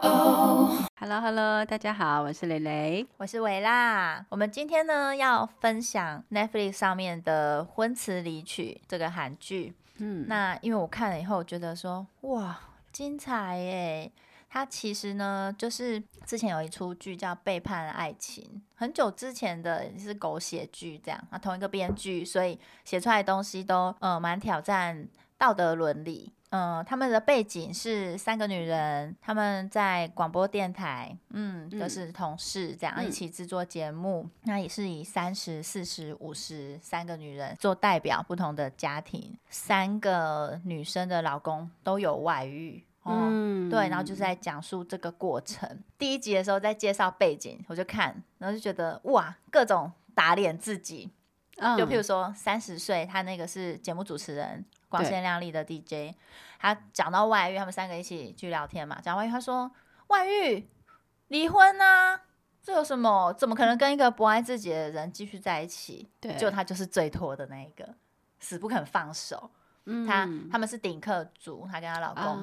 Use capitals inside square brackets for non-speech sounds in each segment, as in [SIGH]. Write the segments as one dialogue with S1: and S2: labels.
S1: Hello Hello，大家好，我是蕾蕾。
S2: 我是维拉。我们今天呢要分享 Netflix 上面的《婚词离曲》这个韩剧。
S1: 嗯，
S2: 那因为我看了以后，觉得说哇，精彩耶！它其实呢，就是之前有一出剧叫《背叛爱情》，很久之前的也是狗血剧这样，啊，同一个编剧，所以写出来的东西都呃蛮挑战道德伦理。嗯、他们的背景是三个女人，她们在广播电台，嗯，就
S1: 嗯
S2: 是同事这样、
S1: 嗯
S2: 一起制作节目。那也是以三十、四十、五十三个女人做代表，不同的家庭，三个女生的老公都有外遇。哦、
S1: 嗯
S2: 对，然后就是在讲述这个过程。第一集的时候在介绍背景，我就看，然后就觉得哇，各种打脸自己。
S1: 嗯
S2: 就譬如说三十岁，他那个是节目主持人，光
S1: 对
S2: 鲜亮丽的 DJ，他讲到外遇，他们三个一起去聊天嘛，讲外遇，他说外遇离婚啊，这有什么？怎么可能跟一个不爱自己的人继续在一起？
S1: 对
S2: 就他就是最拖的那一个，死不肯放手。
S1: 嗯
S2: 他他们是顶客族，她跟她老公，
S1: 啊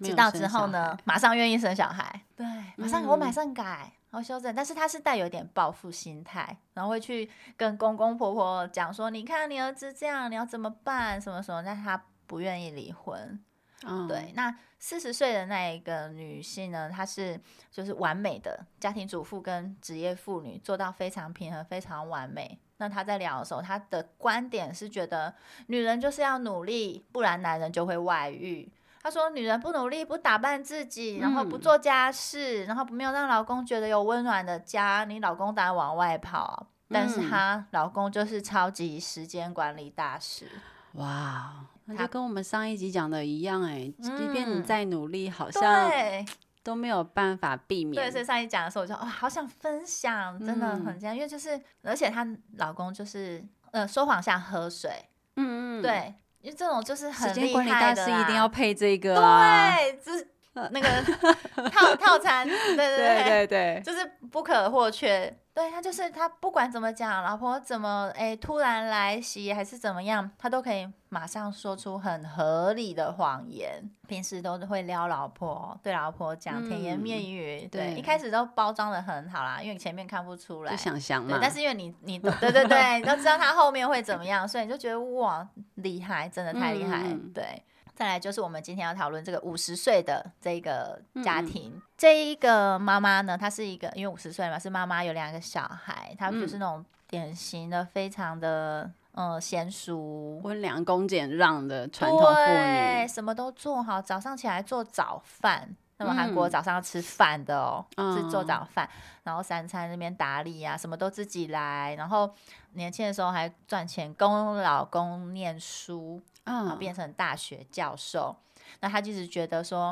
S1: 没
S2: 知
S1: 有
S2: 道
S1: 生
S2: 之后
S1: 小
S2: 呢
S1: 孩，
S2: 马上愿意生小孩，对，马上、我马
S1: 嗯
S2: 上改，然后修正。但是他是带有一点报复心态，然后会去跟公公婆婆讲说：“你看你儿子这样，你要怎么办？什么什么。”但他不愿意离婚。
S1: 嗯
S2: 对，那四十岁的那一个女性呢，她是就是完美的家庭主妇跟职业妇女做到非常平衡，非常完美。那她在聊的时候，她的观点是觉得女人就是要努力，不然男人就会外遇。她说，女人不努力，不打扮自己，然后不
S1: 嗯
S2: 做家事，然后没有让老公觉得有温暖的家，你老公当然往外跑。但是
S1: 嗯
S2: 她老公就是超级时间管理大师。
S1: 嗯哇，那
S2: 他
S1: 就跟我们上一集讲的一样哎，即便你
S2: 嗯
S1: 再努力，好像
S2: 对，
S1: 都没有办法避
S2: 对，
S1: 免
S2: 所以上一讲的时候，我就哦，好想分享，真的
S1: 嗯
S2: 很惊讶，因为就是，而且她老公就是，呃，说谎像喝水，
S1: 嗯嗯，
S2: 对，因为这种就是
S1: 时
S2: 很
S1: 间
S2: 厉
S1: 管理
S2: 害
S1: 大
S2: 的
S1: 师一定
S2: 啦
S1: 要配这个啊，
S2: 对，就是那个 [LAUGHS] 套套餐，对对
S1: 对对对，
S2: 就是不可或缺。对他就是他，不管怎么讲，老婆怎么哎突然来袭还是怎么样，他都可以马上说出很合理的谎言。平时都会撩老婆，对老婆讲甜言蜜语，对，
S1: 嗯对
S2: 一开始都包装的很好啦，因为前面看不出来
S1: 就。想想
S2: 对
S1: 嘛，，
S2: 但是因为你你懂对对对，你都知道他后面会怎么样，所以你就觉得哇厉害，真的太厉害。
S1: 嗯嗯嗯
S2: 对，再来就是我们今天要讨论这个五十岁的这个家
S1: 嗯嗯
S2: 庭，这一个妈妈呢，她是一个因为五十岁嘛，是妈妈有两个小孩，她就是
S1: 嗯
S2: 那种典型的非常的嗯娴熟。
S1: 温良恭俭让的传统妇
S2: 对，
S1: 女，
S2: 什么都做好，早上起来做早饭。那么韩国
S1: 嗯
S2: 早上要吃饭的哦，是做
S1: 嗯
S2: 早饭，然后三餐那边打理啊，什么都自己来。然后年轻的时候还赚钱，供老公念书，然后
S1: 嗯，
S2: 变成大学教授。那他就一直觉得说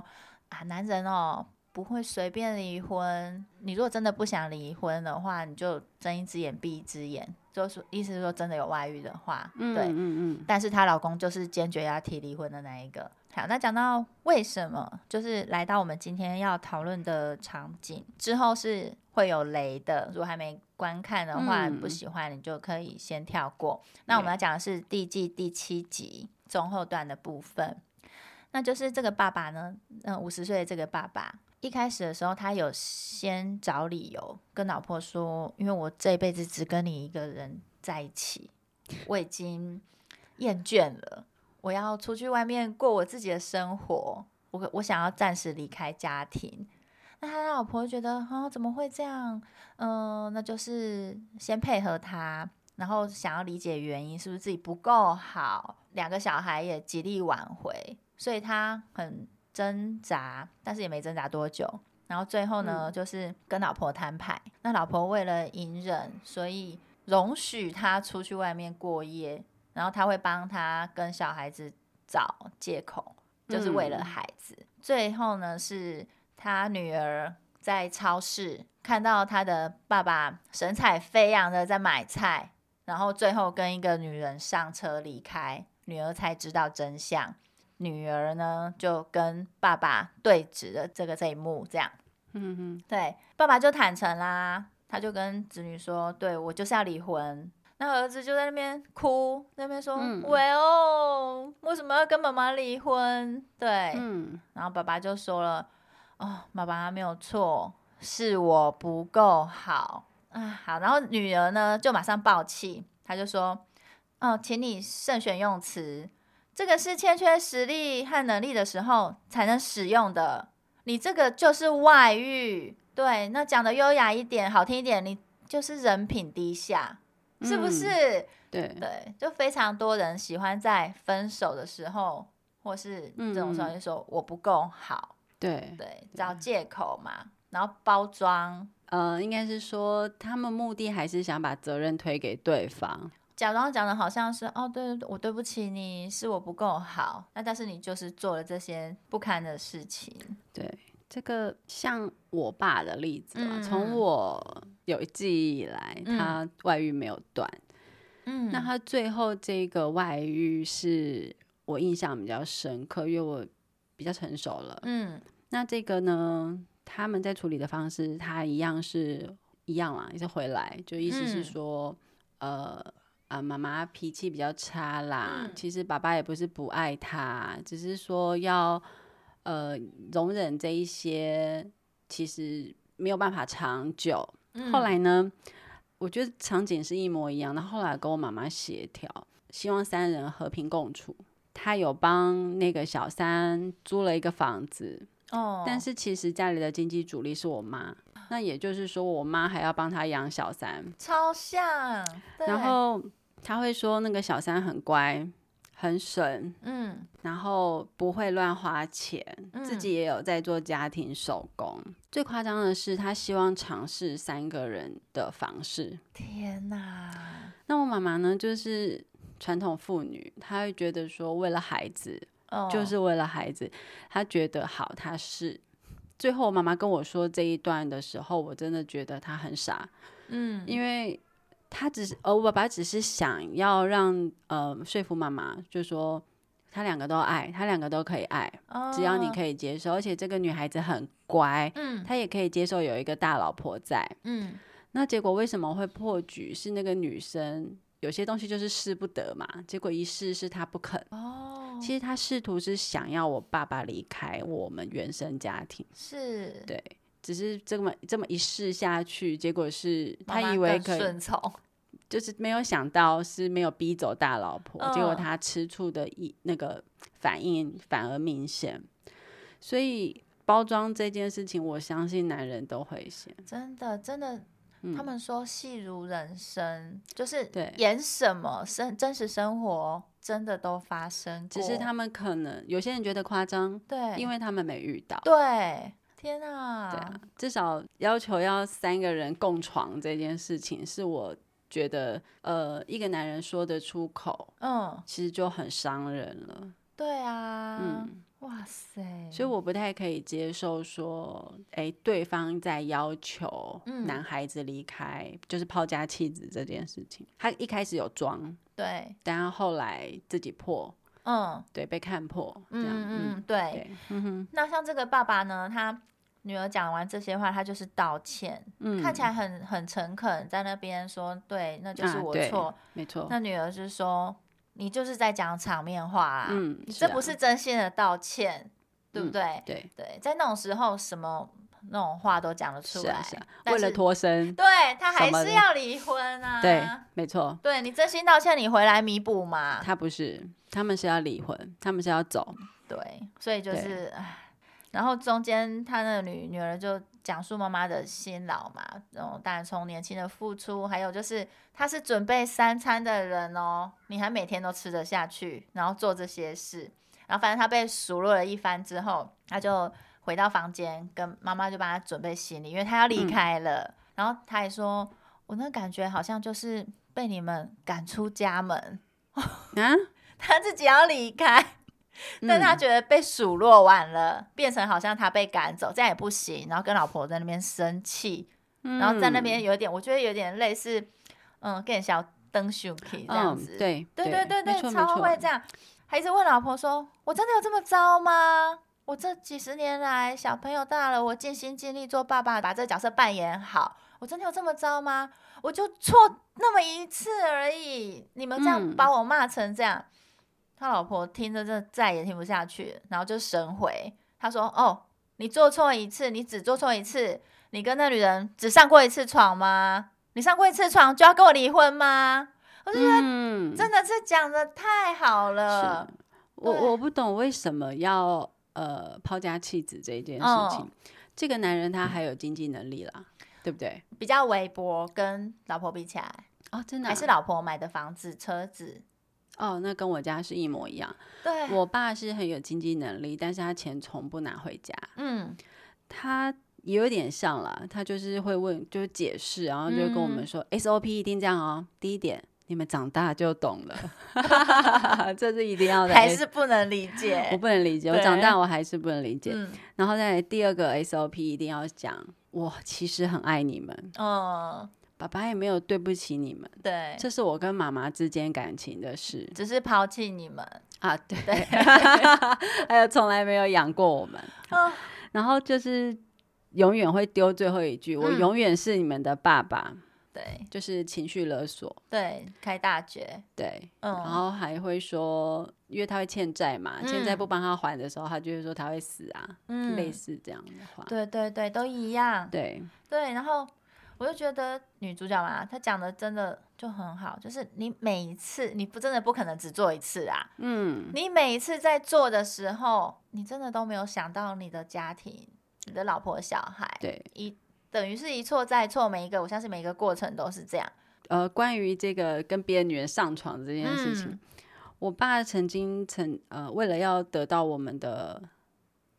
S2: 啊，男人哦不会随便离婚。你如果真的不想离婚的话，你就睁一只眼闭一只眼，就是意思是说真的有外遇的话，
S1: 嗯
S2: 对，
S1: 嗯嗯，
S2: 但是她老公就是坚决要提离婚的那一个。好，那讲到为什么，就是来到我们今天要讨论的场景之后是会有雷的，如果还没观看的话，
S1: 嗯
S2: 不喜欢你就可以先跳过。那我们
S1: 对
S2: 要讲的是第季第七集中后段的部分，那就是这个爸爸呢，嗯，五十岁的这个爸爸。一开始的时候，他有先找理由跟老婆说，因为我这一辈子只跟你一个人在一起，我已经厌倦了，我要出去外面过我自己的生活，我我想要暂时离开家庭。那他老婆觉得哦，怎么会这样？嗯、那就是先配合他，然后想要理解原因，是不是自己不够好？两个小孩也极力挽回，所以他很挣扎，但是也没挣扎多久。然后最后呢，就是跟老婆摊牌。那老婆为了隐忍，所以容许他出去外面过夜，然后他会帮他跟小孩子找借口，就是为了
S1: 嗯
S2: 孩子。最后呢，是他女儿在超市看到他的爸爸神采飞扬的在买菜，然后最后跟一个女人上车离开，女儿才知道真相。女儿呢就跟爸爸对峙的这个这一幕，这样。
S1: 嗯哼，
S2: 对，爸爸就坦诚啦，他就跟子女说，对我就是要离婚。那儿子就在那边哭，在那边说：“
S1: 嗯
S2: 喂哦，为什么要跟妈妈离婚？”对，
S1: 嗯
S2: 然后爸爸就说了：“哦，妈妈没有错，是我不够好啊。”好，然后女儿呢就马上爆气，她就说：“哦，请你慎选用词，这个是欠缺实力和能力的时候才能使用的，你这个就是外遇。对，那讲的优雅一点，好听一点，你就是人品低下，是不
S1: 嗯
S2: 是？”
S1: 对，
S2: 对，就非常多人喜欢在分手的时候，或是这种时候
S1: 嗯
S2: 就说我不够好，
S1: 对，
S2: 对，找借口嘛，然后包装，
S1: 呃，应该是说他们目的还是想把责任推给对方，
S2: 假装讲的好像是哦，对我对不起你，是我不够好，那但是你就是做了这些不堪的事情，
S1: 对。这个像我爸的例子啊，
S2: 嗯
S1: 从、
S2: 嗯
S1: 我有记忆以来，
S2: 嗯
S1: 他外遇没有断，
S2: 嗯，
S1: 那他最后这个外遇是我印象比较深刻，因为我比较成熟了。
S2: 嗯
S1: 那这个呢，他们在处理的方式，他一样是一样啦，也是回来，就意思是
S2: 嗯
S1: 说，呃啊，妈妈脾气比较差啦，
S2: 嗯
S1: 其实爸爸也不是不爱他，只是说要呃容忍这一些，其实没有办法长久，
S2: 嗯，
S1: 后来呢，我觉得场景是一模一样。然后后来跟我妈妈协调，希望三人和平共处。他有帮那个小三租了一个房子，
S2: 哦，
S1: 但是其实家里的经济主力是我妈。那也就是说，我妈还要帮他养小三。
S2: 超像，对
S1: 然后他会说，那个小三很乖，很省，
S2: 嗯
S1: 然后不会乱花钱，
S2: 嗯
S1: 自己也有在做家庭手工。最夸张的是，他希望尝试三个人的方式，
S2: 天哪，
S1: 那我妈妈呢，就是传统妇女，她会觉得说，为了孩子，
S2: 哦，
S1: 就是为了孩子，她觉得好，她是。最后，我妈妈跟我说这一段的时候，我真的觉得她很傻，
S2: 嗯
S1: 因为她只是，呃，我爸爸只是想要让，呃，说服妈妈，就说他两个都爱，他两个都可以爱，只要你
S2: 以，
S1: 可以接受，而且这个女孩子很乖，
S2: 嗯
S1: 她也可以接受有一个大老婆在，
S2: 嗯
S1: 那结果为什么会破局？是那个女生有些东西就是试不得嘛。结果一试是她不肯，
S2: 哦，
S1: 其实她试图是想要我爸爸离开我们原生家庭，
S2: 是
S1: 对，只是这么这么一试下去，结果是
S2: 妈妈
S1: 她以为
S2: 更
S1: 可以，
S2: 顺从，
S1: 就是没有想到是没有逼走大老婆，结果
S2: 嗯
S1: 她吃醋的一那个反应反而明显，所以。包装这件事情，我相信男人都会先，
S2: [LAUGHS] 真的，真的，他们说戏如人生，就是
S1: 嗯对
S2: 演什么生真实生活真的都发生
S1: 只是
S2: 过
S1: 他们可能有些人觉得夸张，
S2: 哦对，
S1: 因
S2: 为
S1: 为他们没遇到。
S2: 对，天啊，
S1: 对啊，至少要求要三个人共床这件事情，是我觉得呃，一个男人说得出口，
S2: 嗯，
S1: 其实就很伤人了。
S2: 对啊，
S1: 嗯，
S2: 哇塞，
S1: 所以我不太可以接受说，哎、对方在要求
S2: 嗯
S1: 男孩子离开，就是抛家弃子这件事情。他一开始有装，
S2: 对，
S1: 但他后来自己破，
S2: 嗯
S1: 对，被看破，这样，
S2: 嗯
S1: 嗯，
S2: 嗯，对。
S1: 对，嗯哼，
S2: 那像这个爸爸呢，他女儿讲完这些话，他就是道歉，
S1: 嗯，
S2: 看起来很很诚恳，在那边说，对，那就
S1: 啊
S2: 是我
S1: 对
S2: 错，
S1: 没错，
S2: 那女儿就说：“你就是在讲场面话啊，
S1: 嗯
S2: 你
S1: 是
S2: 这不
S1: 啊
S2: 是真心的道歉，对不
S1: 嗯
S2: 对？
S1: 对，
S2: 对，在那种时候，什么那种话都讲得出
S1: 是
S2: 来，
S1: 啊是啊，
S2: 但
S1: 为了
S2: 是
S1: 脱身，
S2: 对他还
S1: 什么
S2: 是
S1: 的
S2: 要离婚啊，
S1: 对，没错，
S2: 对你真心道歉，你回来弥补嘛，
S1: 他不是，他们是要离婚，他们是要走，
S2: 对，所以就
S1: 对
S2: 是唉。”然后中间，他那个女女儿就讲述妈妈的辛劳嘛，然后当然从年轻的付出，还有就是她是准备三餐的人哦，你还每天都吃得下去，然后做这些事，然后反正她被数落了一番之后，她就回到房间，跟妈妈就帮她准备行李，因为她要离开了。然后她还说：“我那感觉好像就是被你们赶出家门，
S1: 啊，
S2: 她自己要离开。”但他
S1: 嗯
S2: 觉得被数落完了，变成好像他被赶走，这样也不行。然后跟老婆在那边生气，
S1: 嗯
S2: 然后在那
S1: 哦
S2: 边，有点，我觉得有点类似，嗯，跟小灯 s h u k
S1: 嗯
S2: 这样子。
S1: 嗯，对，
S2: 对对对
S1: 没
S2: 对，
S1: 错没
S2: 超会
S1: 错
S2: 这，样。还一直问老婆说：“我真的有这么糟吗？我这几十年来，小朋友大了，我尽心尽力做爸爸，把这个角色扮演好。我真的有这么糟吗？我就错那么一次而已，你们这样
S1: 嗯
S2: 把我骂成这样，他老婆听着这再也听不下去，然后就神回，他说：“哦，你做错一次，你只做错一次，你跟那女人只上过一次床吗？你上过一次床就要跟我离婚吗？”我就觉得
S1: 嗯，
S2: 真的是讲的太好了。
S1: 是我
S2: 对
S1: 我不懂为什么要呃抛家弃子这一件事
S2: 嗯
S1: 情。这个男人他还有经济能力啦，对不对？
S2: 比较微薄，跟老婆比起来，
S1: 哦，真的啊、
S2: 还是老婆买的房子、车子。
S1: 哦，那跟我家是一模一样。
S2: 对，
S1: 我爸是很有经济能力，但是他钱从不拿回家。
S2: 嗯，
S1: 他也有点像啦，他就是会问，就是解释，然后就会跟我们
S2: 嗯
S1: 说、SOP 一定这样哦。第一点，你们长大就懂
S2: [LAUGHS]
S1: 了，这是一定要的。
S2: 还是不能理解。
S1: [LAUGHS] 我不能理解，我
S2: 对
S1: 长大我还是不能理解。
S2: 嗯
S1: 然后再来第二个 SOP 一定要讲，我其实很爱你们，
S2: 嗯，
S1: 爸爸也没有对不起你们，
S2: 对，
S1: 这是我跟妈妈之间感情的事
S2: 只是抛弃你们。
S1: [LAUGHS] 啊，对，
S2: 对
S1: 还有从来没有养过我们，
S2: 啊
S1: 然后就是永远会丢最后一句，我
S2: 嗯
S1: 永远是你们的爸爸，
S2: 对
S1: 就是情绪勒索，
S2: 对，开大绝。
S1: 对，然
S2: 嗯，
S1: 后还会说，因为他会欠债嘛，欠债
S2: 嗯
S1: 不帮他还的时候，他就会说他会死啊，
S2: 嗯
S1: 类似这样的话，
S2: 对对对，都一样。
S1: 对，
S2: 对，然后我就觉得女主角嘛，她讲的真的就很好，就是你每一次，你不真的不可能只做一次啊。
S1: 嗯。
S2: 你每一次在做的时候，你真的都没有想到你的家庭、你的老婆、小孩，
S1: 对，
S2: 一等于是一错再错，每一个我相信每一个过程都是这样。
S1: 呃，关于这个跟别的女人上床这件事情，
S2: 嗯
S1: 我爸曾经曾呃，为了要得到我们的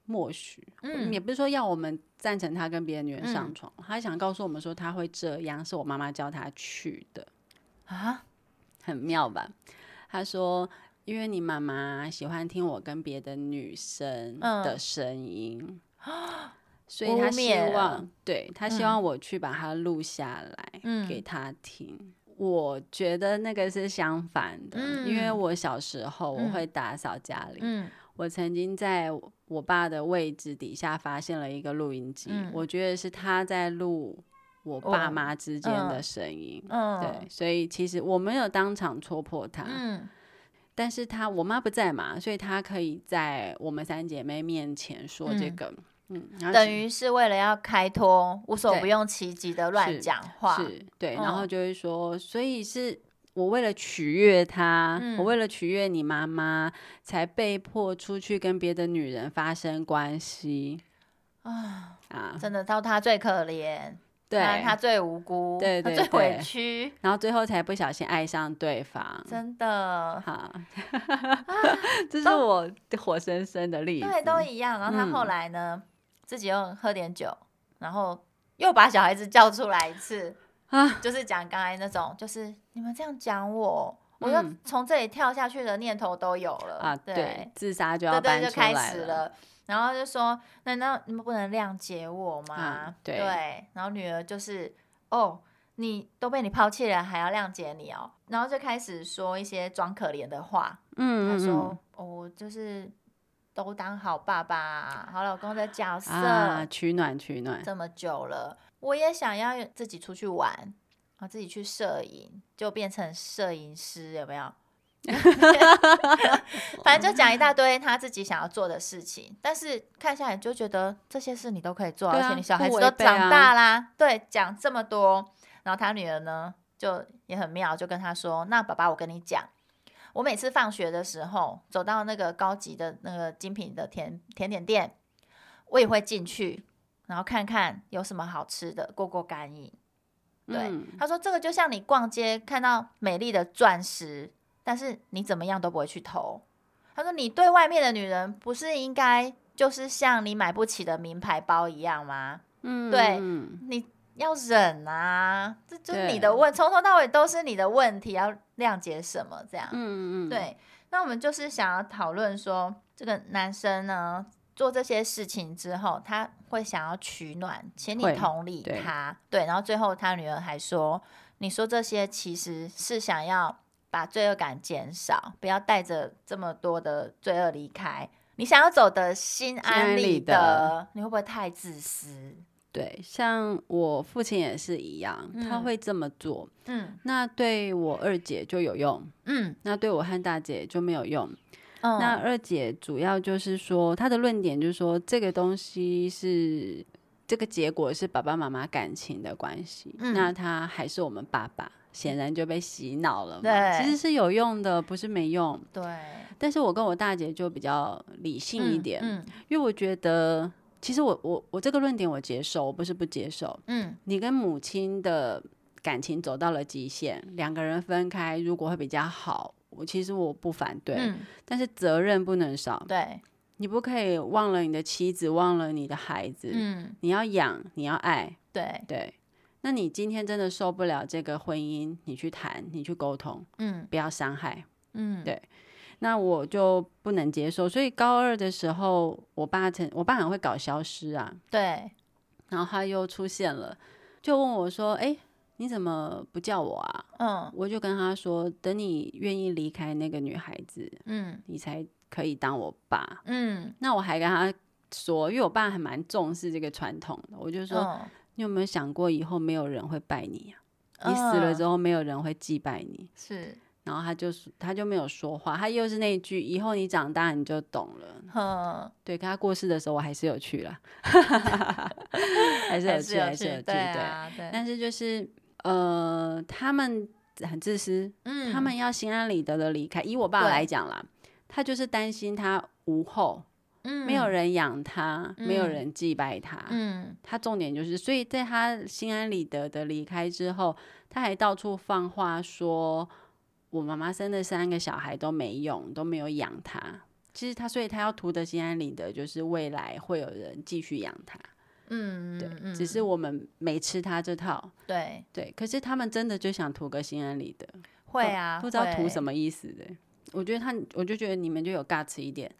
S1: 默许，
S2: 嗯
S1: 也不是说要我们赞成他跟别的女人上
S2: 嗯
S1: 床，他想告诉我们说他会这样，是我妈妈教他去的，
S2: 啊，
S1: 很妙吧？他说。因为你妈妈喜欢听我跟别的女生
S2: 嗯啊
S1: 的声音，所以
S2: 污
S1: 他希
S2: 蔑了
S1: 望，对他希
S2: 嗯
S1: 望我去把它录下来。
S2: 嗯，
S1: 给他听。我觉得那个是相反的，因为
S2: 嗯
S1: 我小时候我
S2: 嗯
S1: 会打扫家里，
S2: 嗯
S1: 我曾经在我爸的位置底下发现了一个录音机，
S2: 嗯
S1: 我觉得是他在录我爸
S2: 我
S1: 妈之间的
S2: 嗯
S1: 声音。
S2: 嗯，
S1: 对，，啊所以其实我没有当场戳破他，
S2: 嗯
S1: 但是他我妈不在嘛，所以他可以在我们三姐妹面前说这
S2: 嗯
S1: 个，嗯，然后
S2: 等
S1: 其
S2: 于是为了要开脱，无所
S1: 对
S2: 不用其极的乱
S1: 是
S2: 讲话。
S1: 是对，然后
S2: 嗯
S1: 就会说，所以是我为了取悦他，我
S2: 嗯
S1: 为了取悦你妈妈，才被迫出去跟别的女人发生关系
S2: 啊，
S1: 啊，
S2: 真的到他最可怜，
S1: 对，
S2: 那他最无辜，
S1: 对
S2: 他
S1: 对
S2: 最
S1: 对嗯
S2: 委屈，
S1: 然后最后才不小心爱上对方。
S2: 真啊的，
S1: 好， [LAUGHS] 这是我活生生的例子。
S2: 对，都一样。然后他后
S1: 嗯
S2: 来呢，自己又喝点酒，然后又把小孩子叫出来一次，
S1: 啊，
S2: 就是讲刚才那种，就是你们这样讲我，我又
S1: 嗯
S2: 从这里跳下去的念头都有了
S1: 啊，
S2: 对
S1: 对，自杀就要
S2: 对
S1: 搬
S2: 对，
S1: 出
S2: 就开
S1: 来
S2: 始了。然后就说：“难道你们不能谅解我吗？”
S1: 啊对
S2: 然后女儿就是：“哦，你都被你抛弃了，还要谅解你哦。”然后就开始说一些装可怜的话。
S1: 嗯，
S2: 他
S1: 嗯
S2: 说
S1: 嗯：“
S2: 哦，我就是都当好爸爸啊、好老公的角色、
S1: 啊，取暖取暖，
S2: 这么久了，我也想要自己出去玩啊，自己去摄影，就变成摄影师，有没有？ [LAUGHS] 反正就讲一大堆他自己想要做的事情，但是看下来就觉得这些事你都可以做，
S1: 对啊
S2: 而且你小孩
S1: 不
S2: 子
S1: 违
S2: 都
S1: 背
S2: 长
S1: 啊
S2: 大啦。对，讲这么多，然后他女儿呢就也很妙，就跟他说：“那爸爸，我跟你讲。”我每次放学的时候，走到那个高级的那个精品的甜甜点店，我也会进去，然后看看有什么好吃的，过过干瘾。对，
S1: 嗯
S2: 他说这个就像你逛街看到美丽的钻石，但是你怎么样都不会去投。他说你对外面的女人不是应该就是像你买不起的名牌包一样吗？
S1: 嗯，
S2: 对
S1: 嗯
S2: 你要忍啊，这就是你
S1: 对
S2: 的问，从头到尾都是你的问题，要谅解什么这样。
S1: 嗯嗯，嗯，
S2: 对，那我们就是想要讨论说，这个男生呢做这些事情之后，他会想要取暖，请你
S1: 会
S2: 同理
S1: 对
S2: 他。对，然后最后他女儿还说：“你说这些其实是想要把罪恶感减少，不要带着这么多的罪恶离开。你想要走的心安
S1: 安
S2: 理
S1: 理
S2: 得，
S1: 得
S2: 你会不会太自私？
S1: 对，像我父亲也是一样，他
S2: 嗯
S1: 会这么做。
S2: 嗯
S1: 那对我二姐就有用，
S2: 嗯
S1: 那对我和大姐就没有用。
S2: 嗯，
S1: 那二姐主要就是说，她的论点就是说，这个东西是这个结果是爸爸妈妈感情的关系，
S2: 嗯
S1: 那他还是我们爸爸，显然就被洗脑了嘛。
S2: 对
S1: 其实是有用的，不是没用。
S2: 对
S1: 但是我跟我大姐就比较理性一点，
S2: 嗯
S1: 因为我觉得，其实我我我这个论点我接受，我不是不接受。
S2: 嗯
S1: 你跟母亲的感情走到了极限，两个人分开如果会比较好，我其实我不反对。
S2: 嗯
S1: 但是责任不能少
S2: 嗯，对，
S1: 你不可以忘了你的妻子，忘了你的孩子，
S2: 嗯
S1: 你要养，你要爱，
S2: 对，
S1: 对。那你今天真的受不了这个婚姻，你去谈，你去沟通，
S2: 嗯
S1: 不要伤害。
S2: 嗯
S1: 对那我就不能接受，所以高二的时候，我爸曾我爸很会搞消失啊，
S2: 对，
S1: 然后他又出现了，就问我说：“哎、你怎么不叫我啊
S2: 嗯？”
S1: 我就跟他说：“等你愿意离开那个女孩子，
S2: 嗯
S1: 你才可以当我爸。”
S2: 嗯，
S1: 那我还跟他说，因为我爸还蛮重视这个传统的，我就说、
S2: 嗯
S1: 你有没有想过以后没有人会拜你啊？你死了之
S2: 嗯
S1: 后没有人会祭拜你。
S2: 是，
S1: 然后他就是他就没有说话，他又是那一句以后你长大你就懂了。
S2: 嗯，
S1: 对，跟他过世的时候我还是有去了， [LAUGHS] 还是有去，
S2: 还是
S1: 还
S2: 有
S1: 是有
S2: 趣，
S1: 去，
S2: 对啊，对，
S1: 但是就是呃，他们很自私，
S2: 嗯，
S1: 他们要心安理得的离开。以我爸
S2: 对
S1: 来讲啦，他就是担心他无后，没有
S2: 嗯，
S1: 人养他，没有
S2: 嗯
S1: 人祭拜他。
S2: 嗯
S1: 他重点就是，所以在他心安理得的离开之后，他还到处放话说，我妈妈生的三个小孩都没用，都没有养他。其实他，所以他要图的心安理得，就是未来会有人继续养他。
S2: 嗯，
S1: 对，
S2: 嗯
S1: 只是我们没吃他这套。
S2: 对，
S1: 对，可是他们真的就想图个心安理得，
S2: 会啊，
S1: 不知道图什
S2: 么，
S1: 么意思的。我觉得他，我就觉得你们就有 guts 一点，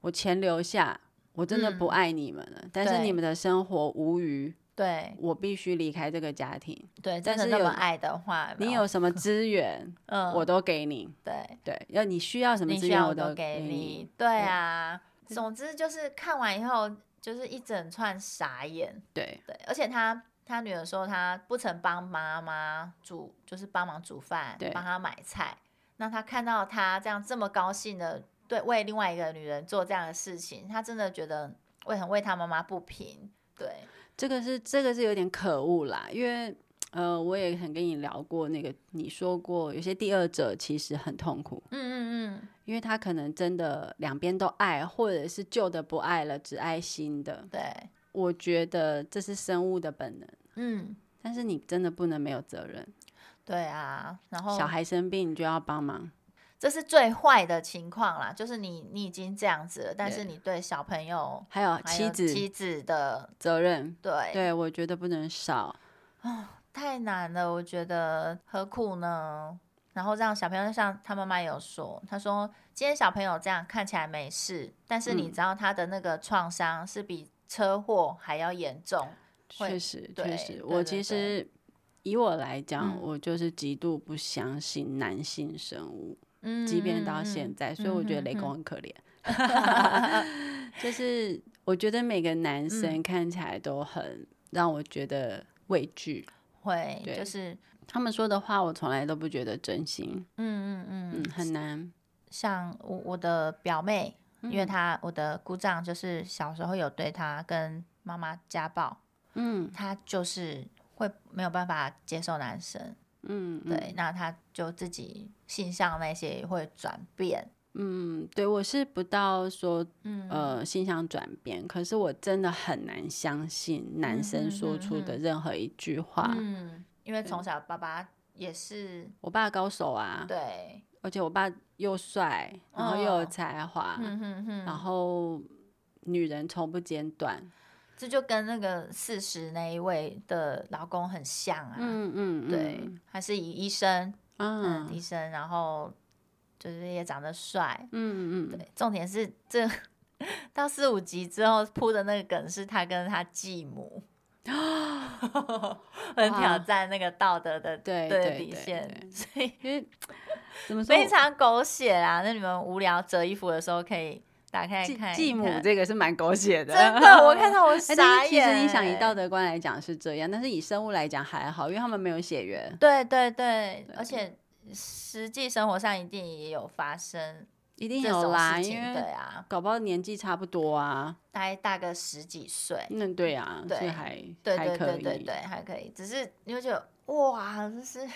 S1: 我钱留下，我真的不
S2: 嗯
S1: 爱你们了，但是
S2: 对
S1: 你们的生活无余，
S2: 对
S1: 我必须离开这个家庭。
S2: 对，
S1: 但
S2: 真的
S1: 是
S2: 那
S1: 有
S2: 么爱的话，
S1: 你有，什么资源，
S2: 哦 [LAUGHS] 嗯，
S1: 我都给你。
S2: 对，
S1: 对，要你需要什么
S2: 你
S1: 资
S2: 需
S1: 源，
S2: 要
S1: 我
S2: 我都
S1: 给
S2: 给
S1: 你。
S2: 你，对啊，总之就是看完以后就是一整串傻眼，
S1: 对，
S2: 对，而且他他女儿说他不曾帮妈妈煮，就是帮忙煮饭
S1: 对，
S2: 帮她买菜。那他看到他这样这么高兴的对为另外一个女人做这样的事情，他真的觉得为很为他妈妈不平。对，
S1: 这个是这个是有点可恶啦，因为呃，我也很跟你聊过那个，你说过有些第二者其实很痛苦，
S2: 嗯嗯
S1: 因为他可能真的两边都爱，或者是旧的不爱了，只爱新的
S2: 嗯，。对，
S1: 我觉得这是生物的本能，
S2: 嗯，
S1: 但是你真的不能没有责任。
S2: 对啊。然后
S1: 小孩生病你就要帮忙，
S2: 这是最坏的情况啦，就是你你已经这样子了，但
S1: 对
S2: 是你对小朋友
S1: 还有
S2: 还有
S1: 妻子
S2: 妻子的
S1: 责任，
S2: 对
S1: 对我觉得不能少。
S2: 太难了，我觉得何苦呢？然后让小朋友像他妈妈有说，他说今天小朋友这样看起来没事，但是你
S1: 嗯
S2: 知道他的那个创伤是比车祸还要严重。会
S1: 确实，
S2: 对
S1: 确实
S2: 对，
S1: 我
S2: 对
S1: 其
S2: 对
S1: 实以我来讲，
S2: 嗯
S1: 我就是极度不相信男性生物，
S2: 嗯
S1: 即便到现在，所以我觉得雷公很可怜。
S2: [LAUGHS]
S1: 就是我觉得每个男生
S2: 嗯
S1: 看起来都很让我觉得畏惧，
S2: 会，
S1: 对
S2: 就是
S1: 他们说的话我从来都不觉得真心，
S2: 嗯嗯
S1: 嗯
S2: 嗯，，
S1: 很难。
S2: 像我我的表妹，因
S1: 嗯
S2: 为她我的姑丈就是小时候有对她跟妈妈家暴，
S1: 嗯
S2: 她就是会没有办法接受男生，
S1: 嗯，嗯
S2: 对，那他就自己性向那些也会转变，
S1: 嗯，对我是不到说
S2: 嗯
S1: 呃性向转变，可是我真的很难相信男生说出的任何一句话。
S2: 嗯，因为从小爸爸也是
S1: 我爸高手啊，
S2: 对，
S1: 而且我爸又帅，然后又有才华，
S2: 嗯哼哼，
S1: 啊然后女人从不间断。
S2: 这就跟那个四十那一位的老公很像啊，
S1: 嗯嗯，
S2: 对，还是以医生，嗯，
S1: 嗯
S2: 医生，然后就是也长得帅，
S1: 嗯嗯，
S2: 对，重点是这 [LAUGHS] 到四五集之后铺的那个梗是他跟他继母。
S1: [GASPS]
S2: 很挑
S1: 哇
S2: 战那个道德的
S1: 对
S2: 的
S1: 对
S2: 底
S1: 对
S2: 线，
S1: 对
S2: 所以 [LAUGHS]
S1: 因为怎么说
S2: 啊非？常狗血啦！那你们无聊折衣服的时候可以打开来
S1: 继
S2: 看一
S1: 继
S2: [LAUGHS]
S1: 母
S2: 看
S1: 这个是蛮狗血的，
S2: 真的，我看到我
S1: [LAUGHS] 哎
S2: 傻
S1: 但是
S2: 眼。
S1: 其实你想，以道德观来讲是这样，但是以生物来讲还好，因为他们没有血缘，
S2: 对对对，而且实际生活上一定也有发生
S1: 一定
S2: 这
S1: 有
S2: 种
S1: 啦，
S2: 事
S1: 因
S2: 情，
S1: 为
S2: 对啊，
S1: 搞不好年纪差不多啊。
S2: 大概大个十几岁，
S1: 那对啊，
S2: 哎对
S1: 所以还
S2: 对
S1: 还
S2: 对
S1: 可
S2: 对
S1: 以。
S2: 对对，还可以，只是你会觉得哇，就是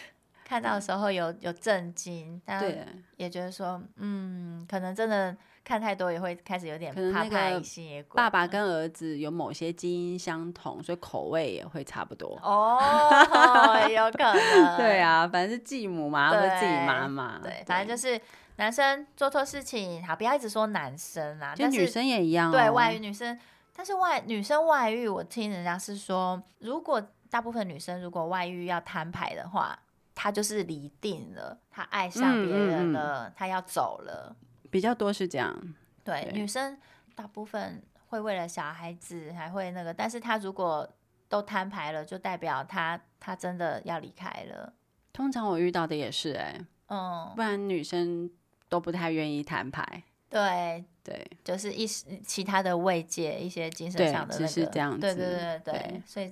S2: 看到的时候有有震惊，但
S1: 对
S2: 也觉得说，嗯，可能真的看太多也会开始有点
S1: 可能
S2: 怕
S1: 那
S2: 怕
S1: 个
S2: 疑心也鬼
S1: 爸爸跟儿子有某些基因相同，所以口味也会差不多。
S2: 哦，有可能，
S1: [LAUGHS] 对。啊，反正是继母嘛，或者自己妈妈。
S2: 对，反正
S1: 是，
S2: 就是男生做错事情，好，不要一直说男生啦，
S1: 就
S2: 但
S1: 女
S2: 是
S1: 生也一样、哦。
S2: 对外遇女生，但是外女生外遇，我听人家是说，如果大部分女生如果外遇要摊牌的话，她就是离定了，她爱上别
S1: 嗯嗯
S2: 人
S1: 嗯
S2: 了，她要走了。
S1: 比较多是这样。
S2: 对，
S1: 对
S2: 女生大部分会为了小孩子还会那个，但是她如果都摊牌了，就代表她她真的要离开了。
S1: 通常我遇到的也是、哎，
S2: 嗯，
S1: 不然女生都不太愿意摊牌。
S2: 对，
S1: 对，
S2: 就是一时其他的慰藉，一些精神
S1: 对
S2: 上的那
S1: 只是
S2: 个，
S1: 这样
S2: 对
S1: 子
S2: 对对对，
S1: 对
S2: 所以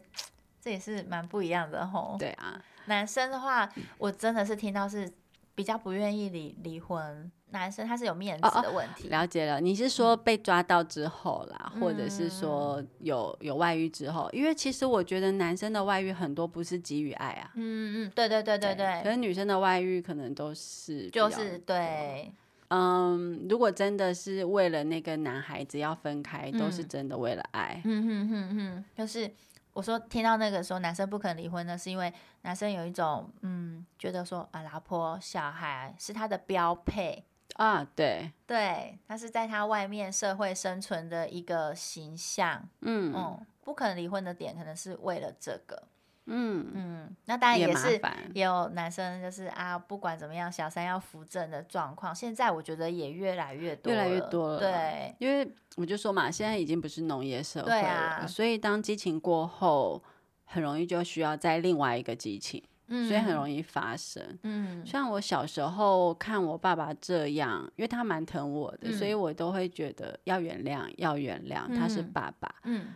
S2: 这也是蛮不一样的吼。
S1: 对啊，
S2: 男生的话，我真的是听到是比较不愿意离离婚，男生他是有面
S1: 哦
S2: 子
S1: 哦
S2: 的问题，
S1: 了解了。你是说被抓到之后啦，
S2: 嗯
S1: 或者是说有有外遇之后？因为其实我觉得男生的外遇很多不是基于爱啊，
S2: 嗯嗯，对对对对对，
S1: 可是女生的外遇可能都是比较
S2: 就是对，
S1: 嗯，如果真的是为了那个男孩子要分开，都是
S2: 嗯
S1: 真的为了爱。
S2: 嗯哼哼哼，就是我说听到那个说男生不肯离婚呢，是因为男生有一种嗯觉得说啊老婆小孩是他的标配，
S1: 啊，对，
S2: 对，他是在他外面社会生存的一个形象。
S1: 嗯
S2: 嗯，不肯离婚的点可能是为了这个。
S1: 嗯，
S2: 嗯，那当然
S1: 也
S2: 也
S1: 麻
S2: 是
S1: 烦
S2: 也有男生就是啊，不管怎么样，小三要扶正的状况，现在我觉得也越来越多，
S1: 越来越多了
S2: 对，
S1: 因为我就说嘛，现在已经不是农业社会
S2: 对
S1: 了，
S2: 啊
S1: 所以当激情过后，很容易就需要再另外一个激情，
S2: 嗯，
S1: 所以很容易发生。
S2: 嗯，
S1: 像我小时候看我爸爸这样，因为他蛮疼我的，所以我都会觉得要原谅，要原谅，他是
S2: 嗯
S1: 爸爸。
S2: 嗯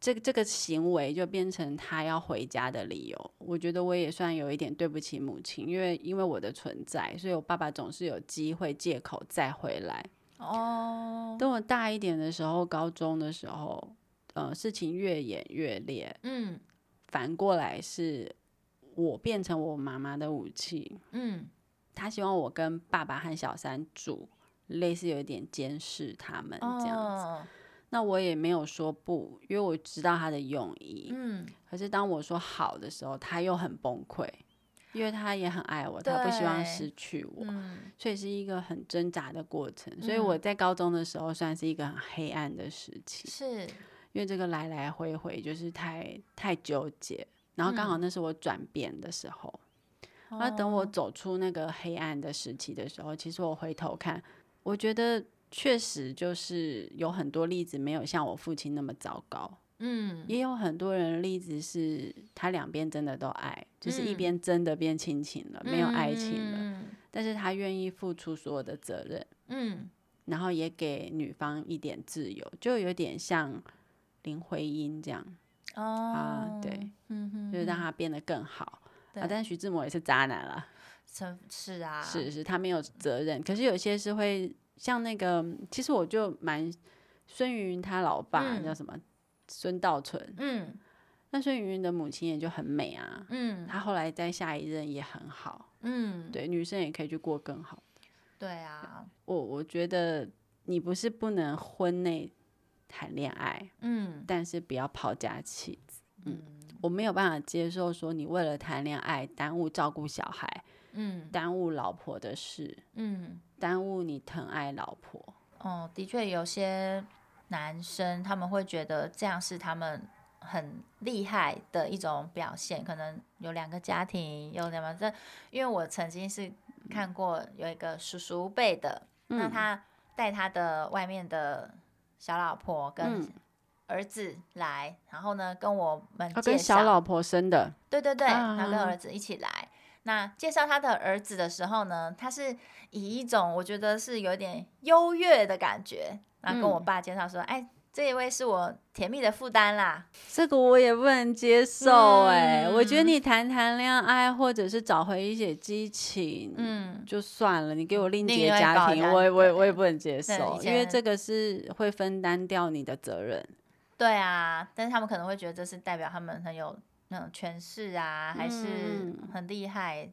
S1: 这个这个行为就变成他要回家的理由。我觉得我也算有一点对不起母亲，因为因为我的存在，所以我爸爸总是有机会借口再回来。
S2: 哦，
S1: 等我大一点的时候，高中的时候，呃，事情越演越烈，
S2: 嗯
S1: 反过来是我变成我妈妈的武器。
S2: 嗯
S1: 她希望我跟爸爸和小三住，类似有一点监视他们嗯这样子。
S2: 哦，
S1: 那我也没有说不，因为我知道他的用意。
S2: 嗯，
S1: 可是当我说好的时候，他又很崩溃，因为他也很爱我，他不希望
S2: 对
S1: 失去我，
S2: 嗯
S1: 所以是一个很挣扎的过程。所以我在高中的时候算是一个很黑暗的时期，
S2: 是，
S1: 因为这个来来回回就是太太纠结。然后刚
S2: 嗯
S1: 好那是我转变的时候，那、等我
S2: 哦
S1: 走出那个黑暗的时期的时候，其实我回头看，我觉得确实就是有很多例子没有像我父亲那么糟糕。
S2: 嗯
S1: 也有很多人的例子是，他两边真的都爱，就是一
S2: 嗯
S1: 边真的变亲情了，没有爱情了，
S2: 嗯
S1: 但是他愿意付出所有的责任，
S2: 嗯
S1: 然后也给女方一点自由，就有点像林徽因这样，
S2: 哦
S1: 啊对，
S2: 嗯哼，
S1: 就是让
S2: 哼
S1: 他变得更好。啊
S2: 对，
S1: 但徐志摩也是渣男了，
S2: 成是啊，
S1: 是是，他没有责任。可是有些是会像那个，其实我就蛮孙云云他老爸、
S2: 嗯
S1: 叫什么孙道存，
S2: 嗯
S1: 那孙云云的母亲也就很美啊，
S2: 嗯
S1: 他后来在下一任也很好，
S2: 嗯，
S1: 对，女生也可以去过更好。
S2: 对啊，
S1: 我我觉得你不是不能婚内谈恋爱，
S2: 嗯
S1: 但是不要抛家弃子。
S2: 嗯
S1: 我没有办法接受说你为了谈恋爱耽误照顾小孩，
S2: 嗯
S1: 耽误老婆的事，
S2: 嗯，
S1: 耽误你疼爱老婆。
S2: 哦，的确有些男生他们会觉得这样是他们。很厉害的一种表现，可能有两个家庭，有两个这，因为我曾经是看过有一个叔叔辈的，那
S1: 嗯
S2: 他带他的外面的小老婆跟
S1: 嗯
S2: 儿子来，然后呢跟我们
S1: 要
S2: 介
S1: 哦跟
S2: 绍，
S1: 小老婆生的，
S2: 对对对，
S1: 啊
S2: 然后跟儿子一起来。那介绍他的儿子的时候呢，他是以一种我觉得是有点优越的感觉，然后跟我
S1: 嗯
S2: 爸介绍说：“哎，这一位是我甜蜜的负担啦。
S1: 这个我也不能接受哎、我觉得
S2: 嗯
S1: 你谈谈恋爱，或者是找回一些激情”，
S2: 嗯，
S1: 就算了。你给我另
S2: 另
S1: 结
S2: 外
S1: 家
S2: 搞
S1: 庭，
S2: 家
S1: 我也我也
S2: 对
S1: 我也不能接
S2: 对
S1: 受，
S2: 以
S1: 因为
S2: 前
S1: 这个是会分担掉你的责任。
S2: 对啊，但是他们可能会觉得这是代表他们很有那种权势啊，还是
S1: 嗯
S2: 很厉害。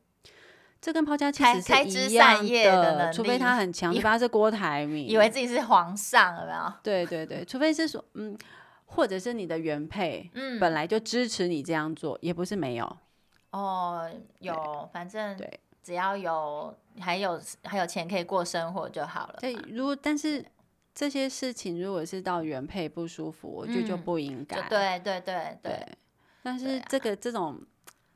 S1: 这跟抛家弃
S2: 开
S1: 子
S2: 开
S1: 是
S2: 枝
S1: 一
S2: 散
S1: 样
S2: 叶的
S1: 的，
S2: 能
S1: 除非他
S2: 力
S1: 很强，
S2: 以
S1: 除非他是郭台铭，
S2: 以为自己是皇上，有没有？
S1: 对对对，除非是说嗯，或者是你的原配
S2: 嗯，
S1: 本来就支持你这样做，也不是没有。
S2: 哦，有，反正
S1: 对
S2: 只要有还有还有钱可以过生活就好了
S1: 对
S2: 嘛，，
S1: 如果但是这些事情如果是到原配不舒服，我觉得就
S2: 嗯
S1: 不应该。
S2: 就对对对
S1: 对
S2: 对，
S1: 但
S2: 对
S1: 是
S2: 啊
S1: 这个、这种。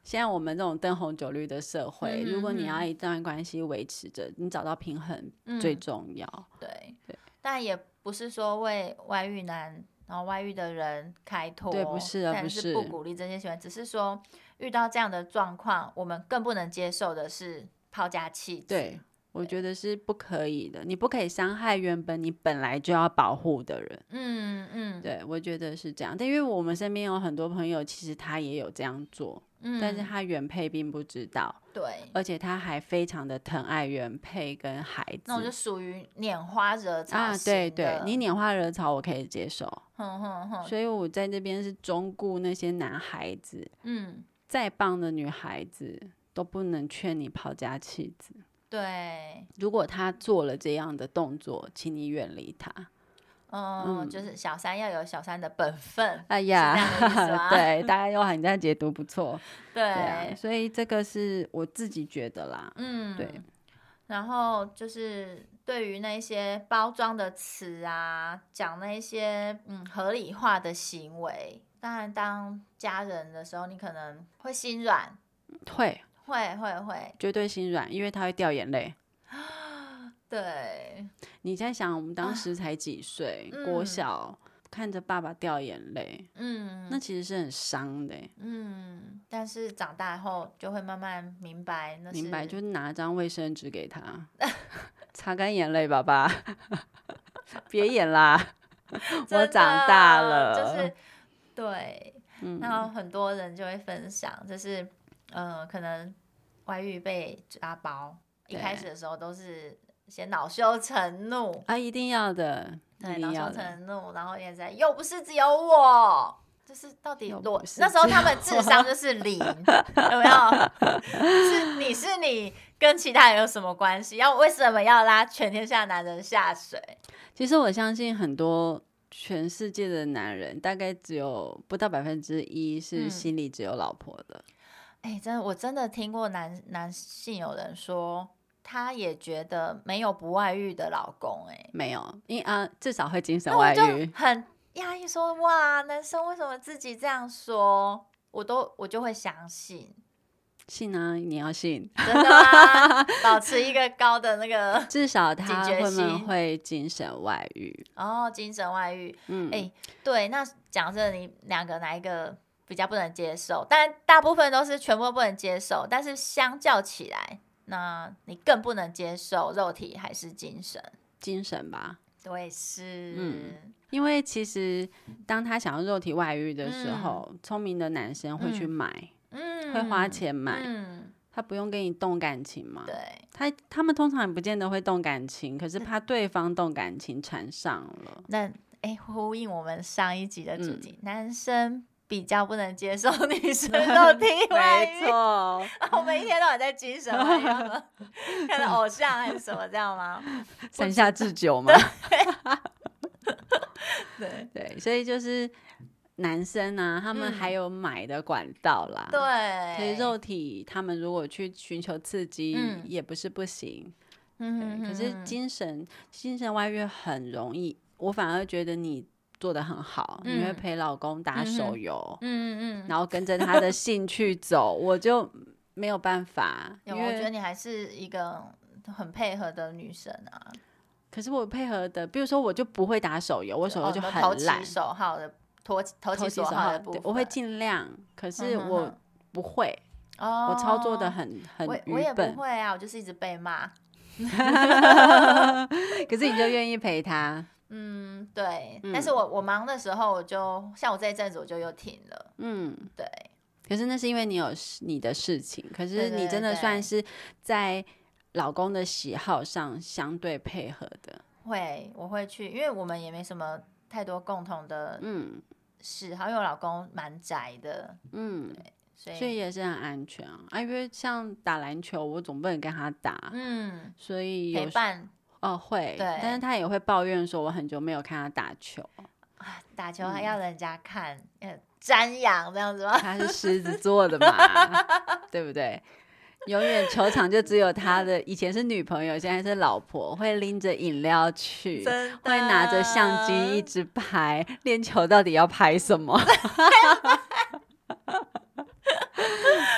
S1: 现在我们这种灯红酒绿的社会，如果你
S2: 嗯哼
S1: 要
S2: 哼
S1: 一段关系维持着，你找到平衡
S2: 嗯，
S1: 最重要。
S2: 对
S1: 对，
S2: 但也不是说为外遇男然后外遇的人开脱，
S1: 对不是啊
S2: 但
S1: 不
S2: 是不
S1: 是
S2: 鼓励这些行为，只是说遇到这样的状况，我们更不能接受的是抛家弃子，
S1: 对，我觉得是不可以的，你不可以伤害原本你本来就要保护的人。
S2: 嗯嗯，
S1: 对，我觉得是这样。但因为我们身边有很多朋友，其实他也有这样做，
S2: 嗯，
S1: 但是他原配并不知道，
S2: 对。
S1: 而且他还非常的疼爱原配跟孩
S2: 那我就
S1: 子。
S2: 属于拈花惹草
S1: 啊，对
S2: 型
S1: 对
S2: 的，哦
S1: 你拈花惹草我可以接受，
S2: 哼哼哼，
S1: 所以我在这边是忠顾那些男孩子，
S2: 嗯，
S1: 再棒的女孩子都不能劝你抛家弃子。
S2: 对，
S1: 如果他做了这样的动作，请你远离他。
S2: 嗯，
S1: 嗯
S2: 就是小三要有小三的本分，
S1: 哎呀
S2: 是这样
S1: [LAUGHS]
S2: 的意思，吗 [LAUGHS]
S1: 对，大家又很在解读不错，
S2: 对，
S1: 对啊，所以这个是我自己觉得啦，
S2: 嗯，
S1: 对。
S2: 然后就是对于那些包装的词啊，讲那些嗯合理化的行为，当然当家人的时候，你可能会心软，
S1: 会
S2: 会会会，
S1: 绝对心软，因为他会掉眼泪。
S2: 对，
S1: 你在想，我们当时才几岁，国
S2: 啊嗯
S1: 小看着爸爸掉眼泪，
S2: 嗯，
S1: 那其实是很伤的欸、
S2: 嗯，但是长大后就会慢慢明白，那是
S1: 明白？就是拿张卫生纸给
S2: [LAUGHS]
S1: 他，擦干眼泪，爸爸， [LAUGHS] 别演
S2: [LAUGHS]
S1: 啦，我
S2: 真
S1: 长大
S2: 的
S1: 了，
S2: 就是对，
S1: 嗯
S2: 那很多人就会分享，就是呃，可能外遇被抓包，一
S1: 对
S2: 开始的时候都是先恼羞成怒，
S1: 啊，一定要的，一
S2: 对，
S1: 定
S2: 恼
S1: 要的。
S2: 羞成怒，然后也在又不是只有我，就是到底
S1: 又
S2: 我
S1: 不是
S2: 那时候
S1: 只
S2: 他们
S1: 有
S2: 智商就是
S1: [LAUGHS]
S2: 零，有没有？是你是你跟其他人有什么关系？要为什么要拉全天下男人下水？
S1: 其实我相信很多全世界的男人，大概只有不到百分之一是
S2: 嗯
S1: 心里只有老婆的。
S2: 哎、真的，我真的听过男男性有人说，他也觉得没有不外遇的老公、哎，
S1: 没有，因啊，至少会精神
S2: 那我
S1: 外
S2: 就
S1: 遇。
S2: 很压抑说，哇，男生为什么自己这样说？我都我就会相信，
S1: 信啊，你要信，
S2: 真
S1: [LAUGHS]
S2: 的吗？保持一个高的那个
S1: 至少
S2: 警
S1: 他
S2: 觉
S1: 会不
S2: 心
S1: 会精神外遇？
S2: 哦，精神外遇。
S1: 嗯，
S2: 哎对，那讲真的，你两个哪一个比较不能接受？但大部分都是全部都不能接受，但是相较起来，那你更不能接受肉体还是精神？
S1: 精神吧。
S2: 对，是，
S1: 嗯因为其实当他想要肉体外遇的时
S2: 嗯
S1: 候，聪明的男生会去
S2: 嗯
S1: 买，
S2: 嗯
S1: 会花，钱买，
S2: 嗯，
S1: 他不用跟你动感情嘛。
S2: 对，
S1: 他他们通常也不见得会动感情，可是怕对方动感情缠上了。
S2: 那哎，呼应我们上一集的主
S1: 嗯
S2: 题，男生比较不能接受 [LAUGHS] 女
S1: [LAUGHS]
S2: 生肉体 [LAUGHS] 外
S1: 没
S2: 遇， [LAUGHS]
S1: 错，
S2: 我们一天到晚在精神外遇要
S1: [LAUGHS]
S2: 吗，看到偶像还是什么这样吗？
S1: 山下智久嘛，[LAUGHS]
S2: 对，
S1: 对，所以就是男生啊，他们
S2: 嗯
S1: 还有买的管道啦，
S2: 对，
S1: 所以肉体他们如果去寻求刺激，
S2: 哎嗯
S1: 也不是不行。对
S2: 嗯，嗯
S1: 可是
S2: 嗯
S1: 精神精神外遇很容易，我反而觉得你做的很好，你会
S2: 嗯
S1: 陪老公打手游，
S2: 嗯嗯嗯，
S1: 然后跟着他的兴趣走，我就没有办法，
S2: 有，
S1: 因
S2: 我
S1: 为
S2: 觉得你还是一个很配合的女生啊，
S1: 可是我配合的，比如说我就不会打手游，我手游
S2: 哦
S1: 就
S2: 你说
S1: 很
S2: 投其
S1: 懒，
S2: 所好的投
S1: 投
S2: 投其
S1: 其所
S2: 好的
S1: 好
S2: 部
S1: 对
S2: 分，
S1: 我会尽量，可是
S2: 嗯哼
S1: 我
S2: 哼
S1: 不会，
S2: 哦，
S1: 我操作的很很
S2: 我我
S1: 愚
S2: 也不
S1: 笨，
S2: 会啊，我就是一直被骂。
S1: 可是你就愿意陪他，
S2: 嗯，对。但是我我忙的时候，我就像我这一阵子我就又停了。
S1: 嗯。
S2: 对，
S1: 可是那是因为你有事你的事情，可
S2: 对
S1: 是
S2: 对
S1: 你真的
S2: 对
S1: 算是在老公的喜好上相对配合的，
S2: 会我会去，因为我们也没什么太多共同的
S1: 嗯
S2: 嗜好，因为我老公蛮宅的，
S1: 嗯，
S2: 所
S1: 所以
S2: 以
S1: 也是很安全啊。啊，因为像打篮球，我总不能跟他打，
S2: 嗯，
S1: 所以有
S2: 陪伴
S1: 哦会，
S2: 对
S1: 但是他也会抱怨说我很久没有看他打球，
S2: 啊，打球
S1: 嗯
S2: 还要人家看，呃、瞻仰这样子 [LAUGHS] 吗？
S1: 他是狮子座的
S2: [LAUGHS]
S1: 嘛，对不对？永远球场就只有他的，以前是女朋友，现在是老婆，会拎着饮料去，
S2: 真的
S1: 会拿着相机一直拍，练球到底要拍什 [LAUGHS] 么？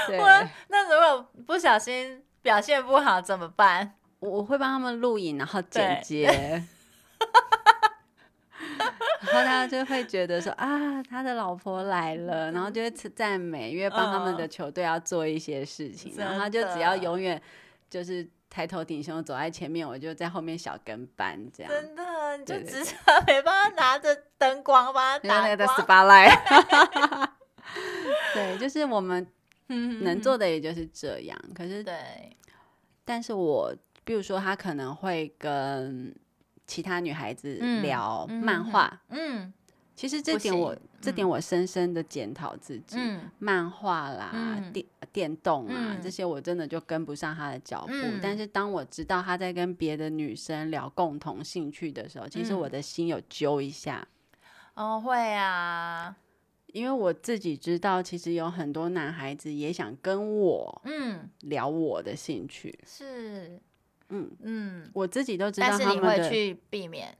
S1: 对，
S2: 我那如果不小心表现不好怎么办？
S1: 我我会帮他们录影，然后剪
S2: 对
S1: 接， [LAUGHS] 然后他就会觉得说啊，他的老婆来了，然后就会赞美，因为帮他们的
S2: 嗯
S1: 球队要做一些事情，然后他就
S2: 真的
S1: 只要永远就是抬头挺胸走在前面，我就在后面小跟班这样。
S2: 真的，你就
S1: 对对
S2: 只差没办法拿着灯光帮
S1: [LAUGHS] 就是那
S2: 他
S1: 个
S2: 打
S1: 的
S2: 光。
S1: spotlight，对，就是我们
S2: [LAUGHS] 嗯
S1: 能做的也就是这样。可是，
S2: 对，
S1: 但是我比如说，他可能会跟其他女孩子
S2: 嗯
S1: 聊
S2: 嗯
S1: 漫画，
S2: 嗯
S1: 其实这
S2: 不
S1: 点我
S2: 行
S1: 这点我深深的检讨自己，
S2: 嗯
S1: 漫画啦、
S2: 嗯
S1: 电电动啊、
S2: 嗯
S1: 这些，我真的就跟不上他的脚步。
S2: 嗯
S1: 但是当我知道他在跟别的女生聊共同兴趣的时候，其实
S2: 嗯
S1: 我的心有揪一下。
S2: 哦，会啊，
S1: 因为我自己知道，其实有很多男孩子也想跟我
S2: 嗯，
S1: 聊我的兴趣，
S2: 是，
S1: 嗯
S2: 嗯，
S1: 我自己都知道
S2: 但是
S1: 他
S2: 你
S1: 们
S2: 会
S1: 的
S2: 去避免，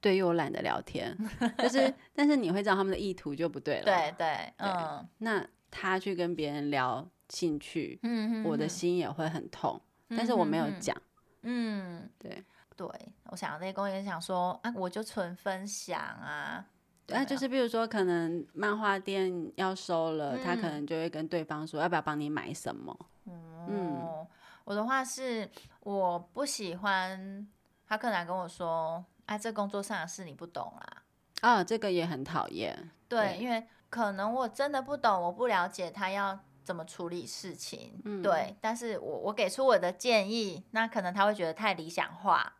S1: 对于我懒得聊天，
S2: [LAUGHS]
S1: 就是但是你会知道他们的意图就不对了。
S2: 对，对，嗯
S1: 那他去跟别人聊兴趣，
S2: 嗯，
S1: 我的
S2: 嗯，
S1: 心也会很痛，但是我没有
S2: 嗯
S1: 讲。
S2: 嗯，嗯
S1: 对，
S2: 对，我想内功也想说啊，我就纯分享啊，
S1: 那、就是比如说，可能漫画店要收了，他可
S2: 嗯
S1: 能就会跟对方说，要不要帮你买什么？嗯
S2: 哦，我的话是我不喜欢他柯南跟我说，啊，这工作上的事你不懂啦。哦
S1: 啊，这个也很讨厌。对
S2: 对，因为可能我真的不懂，我不了解他要怎么处理事情。
S1: 嗯
S2: 对，但是我我给出我的建议，那可能他会觉得太理想化。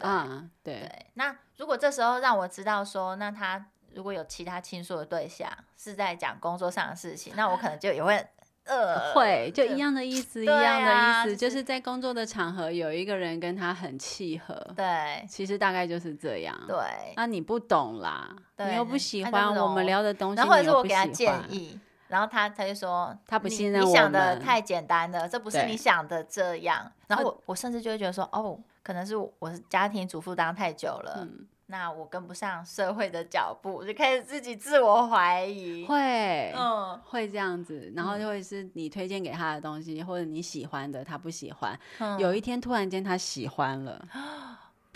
S1: 啊，对，
S2: 对，那如果这时候让我知道说，那他如果有其他倾诉的对象是在讲工作上的事情，那我可能就也会呃
S1: 会就
S2: 对
S1: 一样的意思，一
S2: 对
S1: 样
S2: 啊
S1: 的意思，
S2: 就
S1: 就是在工作的场合有一个人跟他很契合，
S2: 对
S1: 其实大概就是这样。
S2: 对，
S1: 那你不懂啦，你
S2: 对
S1: 又不喜
S2: 他
S1: 欢
S2: 就不
S1: 我们
S2: 懂
S1: 聊的东西，
S2: 然后或者
S1: 你
S2: 是
S1: 又
S2: 我
S1: 不
S2: 给他
S1: 喜
S2: 建
S1: 欢。
S2: 议，然后他他就说
S1: 他不
S2: 你
S1: 信任
S2: 你
S1: 我
S2: 想的
S1: 们
S2: 太简单了，这不是
S1: 对
S2: 你想的这样。然后
S1: 呃
S2: 我我甚至就会觉得说，哦，可能是我我是家庭主妇当太久了，
S1: 嗯，
S2: 那我跟不上社会的脚步，我就开始自己自我怀疑。
S1: 会，
S2: 嗯
S1: 会这样子，然后就会是你推荐给他的东西，或者你喜欢的，他不喜欢。
S2: 嗯
S1: 有一天突然间他喜欢了，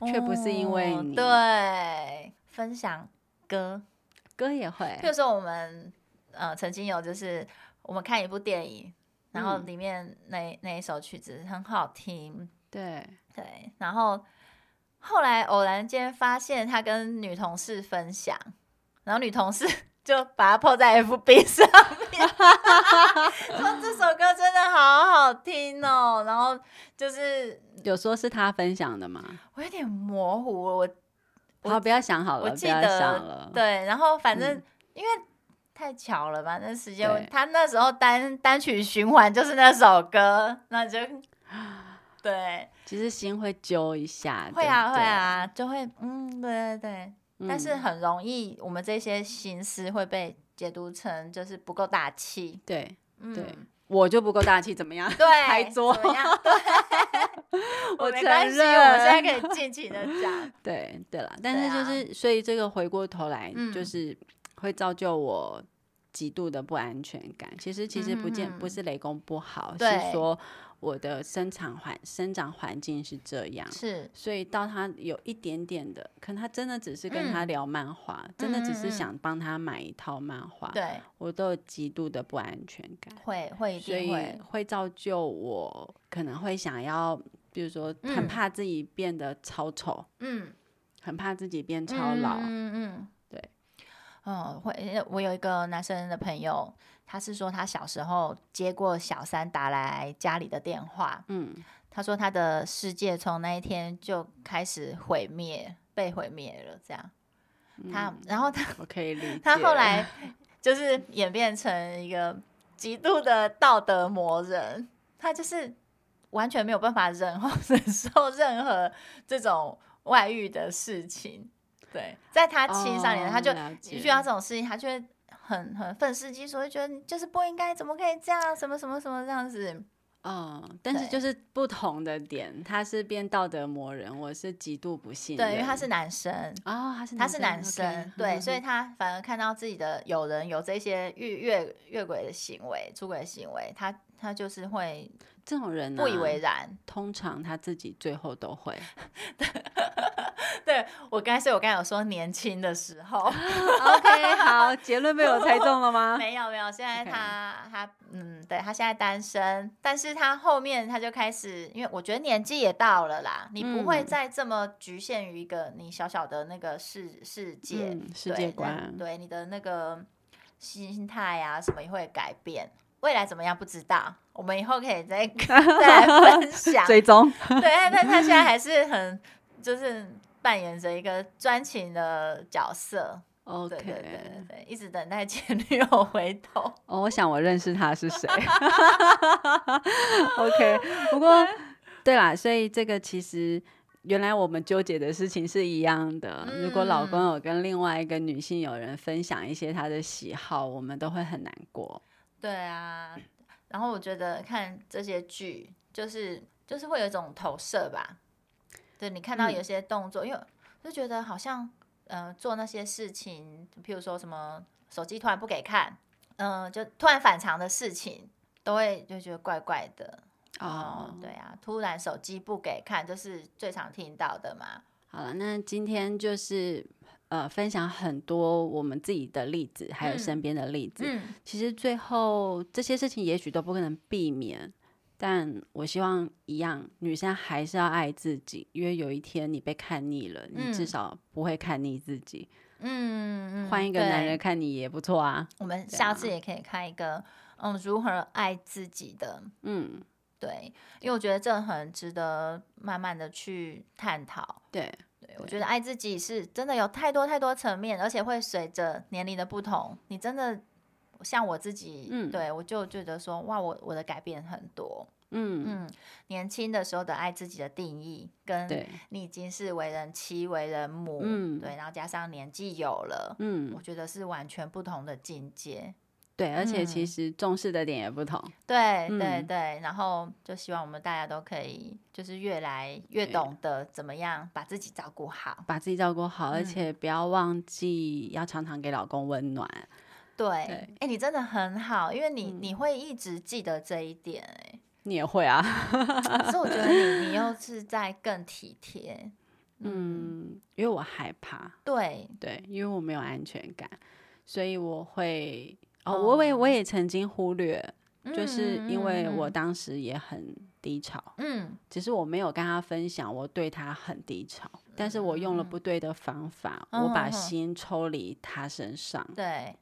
S1: 却不是因为
S2: 哦
S1: 你
S2: 对分享歌，
S1: 歌也会
S2: 譬，如说我们呃曾经有就是我们看一部电影，然后
S1: 嗯
S2: 里面那、那一首曲子很好听，
S1: 对，
S2: 对，然后后来偶然间发现他跟女同事分享，然后女同事 [LAUGHS] 就把它 po 在 FB 上面， [LAUGHS] 说这首歌真的好好听哦。然后就是
S1: 有说是他分享的吗？
S2: 我有点模糊了，我我
S1: 好，不要想好
S2: 我
S1: 了，不
S2: 记
S1: 要
S2: 得
S1: 想了。
S2: 对，然后反正、
S1: 嗯
S2: 因为。太巧了吧？那时间
S1: 对
S2: 他那时候单单曲循环就是那首歌，
S1: [GASPS]
S2: 那就对，
S1: 其实心会揪一下，
S2: 会
S1: 对
S2: 啊
S1: 不
S2: 会
S1: 对，
S2: 啊，就会嗯，对对对，但是
S1: 嗯
S2: 很容易，我们这些心思会被解读成就是不够大气。
S1: 对
S2: 嗯，
S1: 对，我就不够大气，怎么样？
S2: 对，
S1: 拍桌，
S2: 怎么样？ [LAUGHS] 对
S1: 我
S2: 没
S1: 承
S2: 关系，我们现在
S1: 认
S2: 可以尽情的
S1: [LAUGHS]
S2: 讲。
S1: [LAUGHS] 对对啦，但是嗯
S2: 啊
S1: 就是，所以这个回过头来，就
S2: 嗯
S1: 是会造就我极度的不安全感。其实其实不见不是雷公不好，
S2: 对
S1: 是说我的生长环生长环境是这样。
S2: 是
S1: 所以到他有一点点的，可能他真的只是跟
S2: 嗯
S1: 他聊漫画，真的只
S2: 嗯嗯
S1: 是
S2: 嗯
S1: 想帮他买一套漫画， [LAUGHS]
S2: 对，
S1: 我都有极度的不安全感，
S2: 会会一
S1: 所
S2: 定
S1: 以
S2: 会，
S1: 会造就我可能会想要，比如说很
S2: 嗯
S1: 怕自己变得超丑，
S2: 嗯，
S1: 很怕自己变超老，
S2: 嗯嗯，
S1: 对，
S2: 嗯，会。呃我有一个男生的朋友，他是说他小时候接过小三打来家里的电话，
S1: 嗯，
S2: 他说他的世界从那一天就开始毁灭，被毁灭了。这样，他、然后他
S1: 我可以理嗯解。
S2: 他后来 [LAUGHS] 就是演变成一个极度的道德魔人，他就是完全没有办法忍或 [LAUGHS] 忍受任何这种外遇的事情。对，在他青少年，
S1: 哦
S2: 他就
S1: 了解
S2: 遇到这种事情，他就会很很愤世嫉俗，会觉得你就是不应该，怎么可以这样，什么什么什么这样子。
S1: 嗯，但是
S2: 对
S1: 就是不同的点，他是变道德魔人，我是极度不信任。
S2: 对，因为他是男生，
S1: 哦，他是
S2: 他是男
S1: ，OK，嗯
S2: 生，对，所以他反而看到自己的友人有这些越越越轨的行为、出轨的行为，他他就是会
S1: 这种人、啊、
S2: 不以为然。
S1: 通常他自己最后都
S2: [LAUGHS]
S1: 会。
S2: 对我刚才，所以我刚才有说年轻的时候，
S1: 啊 OK，好，结论被我猜中了吗？
S2: 没有没有，现在
S1: OK
S2: 他他嗯，对他现在单身，但是他后面他就开始，因为我觉得年纪也到了啦，你不会
S1: 嗯
S2: 再这么局限于一个你小小的那个世世界、
S1: 嗯世
S2: 对
S1: 界
S2: 那
S1: 观
S2: 对你的那个心态啊什么也会改变。未来怎么样不知道，我们以后可以再 [LAUGHS] 再来
S1: [LAUGHS]
S2: 分享。
S1: 追踪，
S2: 对，但他现在还是很就是扮演着一个专情的角色。
S1: OK，
S2: 对对对对对，一直等待前女友回头。
S1: 哦，我想我认识他是
S2: [LAUGHS]
S1: 谁。OK，不
S2: [LAUGHS]
S1: 过对啦，所以这个其实原来我们纠结的事情是一样的。
S2: 嗯
S1: 如果老公有跟另外一个女性友人分享一些他的喜好，我们都会很难过。
S2: 对啊，然后我觉得看这些剧，就是就是会有一种投射吧。对你看到
S1: 嗯
S2: 有些动作，因为我就觉得好像，呃，做那些事情，譬如说什么手机突然不给看，嗯、就突然反常的事情，都会就觉得怪怪的。
S1: 哦，
S2: 对啊，突然手机不给看，就是最常听到的嘛。
S1: 好了，那今天就是呃分享很多我们自己的例子，还有
S2: 嗯
S1: 身边的例子。
S2: 嗯，
S1: 其实最后这些事情也许都不可能避免，但我希望一样，女生还是要爱自己，因为有一天你被看腻了，你至
S2: 嗯
S1: 少不会看腻自己，
S2: 嗯嗯，
S1: 换一个男
S2: 对
S1: 人看你也不错啊。
S2: 我们
S1: 对
S2: 下
S1: 啊
S2: 次也可以开一个，嗯，如何爱自己的
S1: 嗯，
S2: 对，因为我觉得这很值得慢慢的去探讨。
S1: 对，
S2: 对我觉得爱自己是真的有太多太多层面，而且会随着年龄的不同，你真的像我自己，
S1: 嗯
S2: 对我就觉得说，哇，我我的改变很多。
S1: 嗯，
S2: 嗯，年轻的时候的爱自己的定义，跟
S1: 对，
S2: 你已经是为人妻、为人母，
S1: 嗯
S2: 对，然后加上年纪有了，
S1: 嗯
S2: 我，觉得是完全不同的境界。
S1: 对，而且
S2: 嗯
S1: 其实重视的点也不同。
S2: 对对
S1: 嗯
S2: 对，然后就希望我们大家都可以，就是越来越
S1: 对
S2: 懂得怎么样把自己照顾好。
S1: 把自己照顾好，而
S2: 嗯
S1: 且不要忘记要常常给老公温暖。
S2: 对，哎
S1: 对、
S2: 你真的很好，因为你、
S1: 嗯
S2: 你会一直记得这一点、诶
S1: 你也会啊，
S2: 哎，可是我觉得你你又是在更体贴，嗯，
S1: 嗯，因为我害怕，
S2: 对，
S1: 对，因为我没有安全感，所以我会哦，我也我也曾经忽略，就是因为我
S2: 嗯
S1: 当时也很低潮，
S2: 嗯
S1: 只是我没有跟他分享我对他很低潮，但是我用了不对的方法，
S2: 嗯
S1: 我把
S2: 嗯嗯
S1: 心抽离他身上。
S2: 对，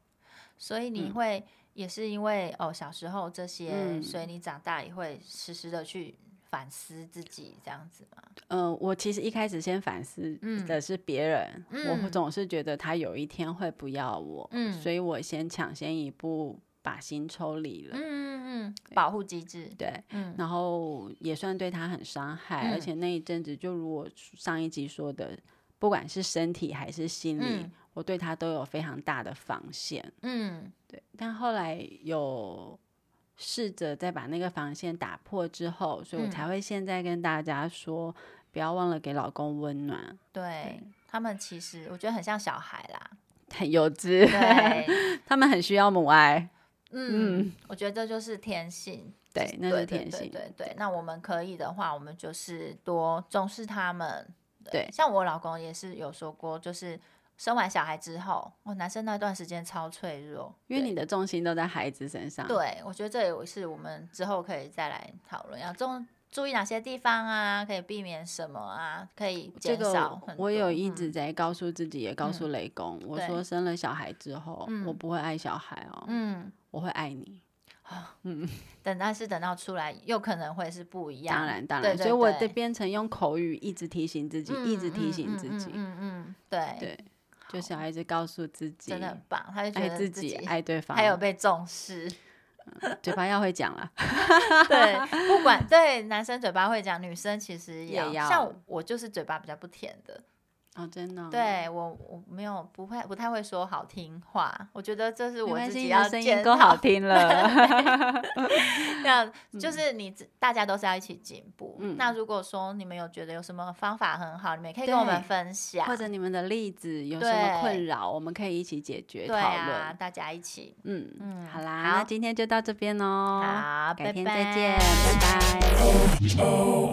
S2: 所以你
S1: 嗯
S2: 会、也是因为哦小时候这些，
S1: 嗯
S2: 所以你长大也会时时的去反思自己这样子嘛，
S1: 呃，我其实一开始先反思
S2: 嗯
S1: 的是别人，我
S2: 嗯
S1: 总是觉得他有一天会不要我，
S2: 嗯
S1: 所以我先抢先一步把心抽离了。
S2: 嗯嗯嗯，保护机制，
S1: 对，
S2: 嗯
S1: 然后也算对他很伤害，而
S2: 嗯
S1: 且那一阵子，就如我上一集说的，不管是身体还是心理，
S2: 嗯
S1: 我对他都有非常大的防线。
S2: 嗯
S1: 对，但后来有试着再把那个防线打破之后，所以我
S2: 嗯
S1: 才会现在跟大家说，不要忘了给老公温暖。 [LAUGHS]
S2: 对他们其实我觉得很像小孩啦，
S1: 很有知，
S2: 对，
S1: [LAUGHS] 他们很需要母爱，
S2: 嗯，我觉得这就是天性，
S1: 对，那
S2: 对
S1: 是
S2: 对
S1: 天性，
S2: 对对对。那我们可以的话，我们就是多重视他们。
S1: 对
S2: 像我老公也是有说过，就是生完小孩之后，哦，男生那段时间超脆弱，
S1: 因为你的重心都在孩子身上，
S2: 对。对，我觉得这也是我们之后可以再来讨论，要重注意哪些地方啊，可以避免什么啊，可以
S1: 这
S2: 减少
S1: 个
S2: 很多。
S1: 我有一
S2: 嗯
S1: 直在告诉自己，也告诉雷公，我
S2: 对
S1: 说生了小孩之后，我
S2: 嗯
S1: 不会爱小孩哦，
S2: 嗯，
S1: 我会爱你。
S2: 等但是等到出来，又可能会是不一样。
S1: 当然，当
S2: 对
S1: 然，
S2: 对
S1: 所以我
S2: 对
S1: 得变成用口语一直提醒自己，一直提
S2: 嗯
S1: 醒自
S2: 嗯
S1: 己，
S2: 嗯嗯嗯，对，
S1: 对，就
S2: 好
S1: 小孩子告诉自己，
S2: 真的很棒，他就觉
S1: 爱
S2: 得
S1: 自
S2: 己
S1: 己，
S2: [LAUGHS]
S1: 爱对方，
S2: 还有被重
S1: [LAUGHS]
S2: 视。
S1: 嘴巴要会讲啦，
S2: 对，不管对男生嘴巴会讲，女生其实
S1: 也
S2: 要
S1: 要
S2: 像我就是嘴巴比较不甜的，
S1: 哦，真的哦、
S2: [LAUGHS] 对我我没有不会不太会说好听话，我觉得这是
S1: 没
S2: 我
S1: 关
S2: 自
S1: 系，
S2: 己
S1: 你
S2: 要
S1: 的声音
S2: 检
S1: 够好
S2: 讨。
S1: 听了， [LAUGHS]
S2: 那就是你自大家都是要一起进步。
S1: 嗯
S2: 那如果说你们有觉得有什么方法很好，你们也可以跟我们
S1: 对
S2: 分享，
S1: 或者你们的例子有什么
S2: 对
S1: 困扰，我们可以一起解决讨
S2: 对啊，
S1: 论。
S2: 大家一起。
S1: 嗯
S2: 嗯
S1: 嗯，好啦，
S2: 好
S1: 那今天就到这边哦，
S2: 好拜
S1: 改天再见，
S2: 拜
S1: 拜拜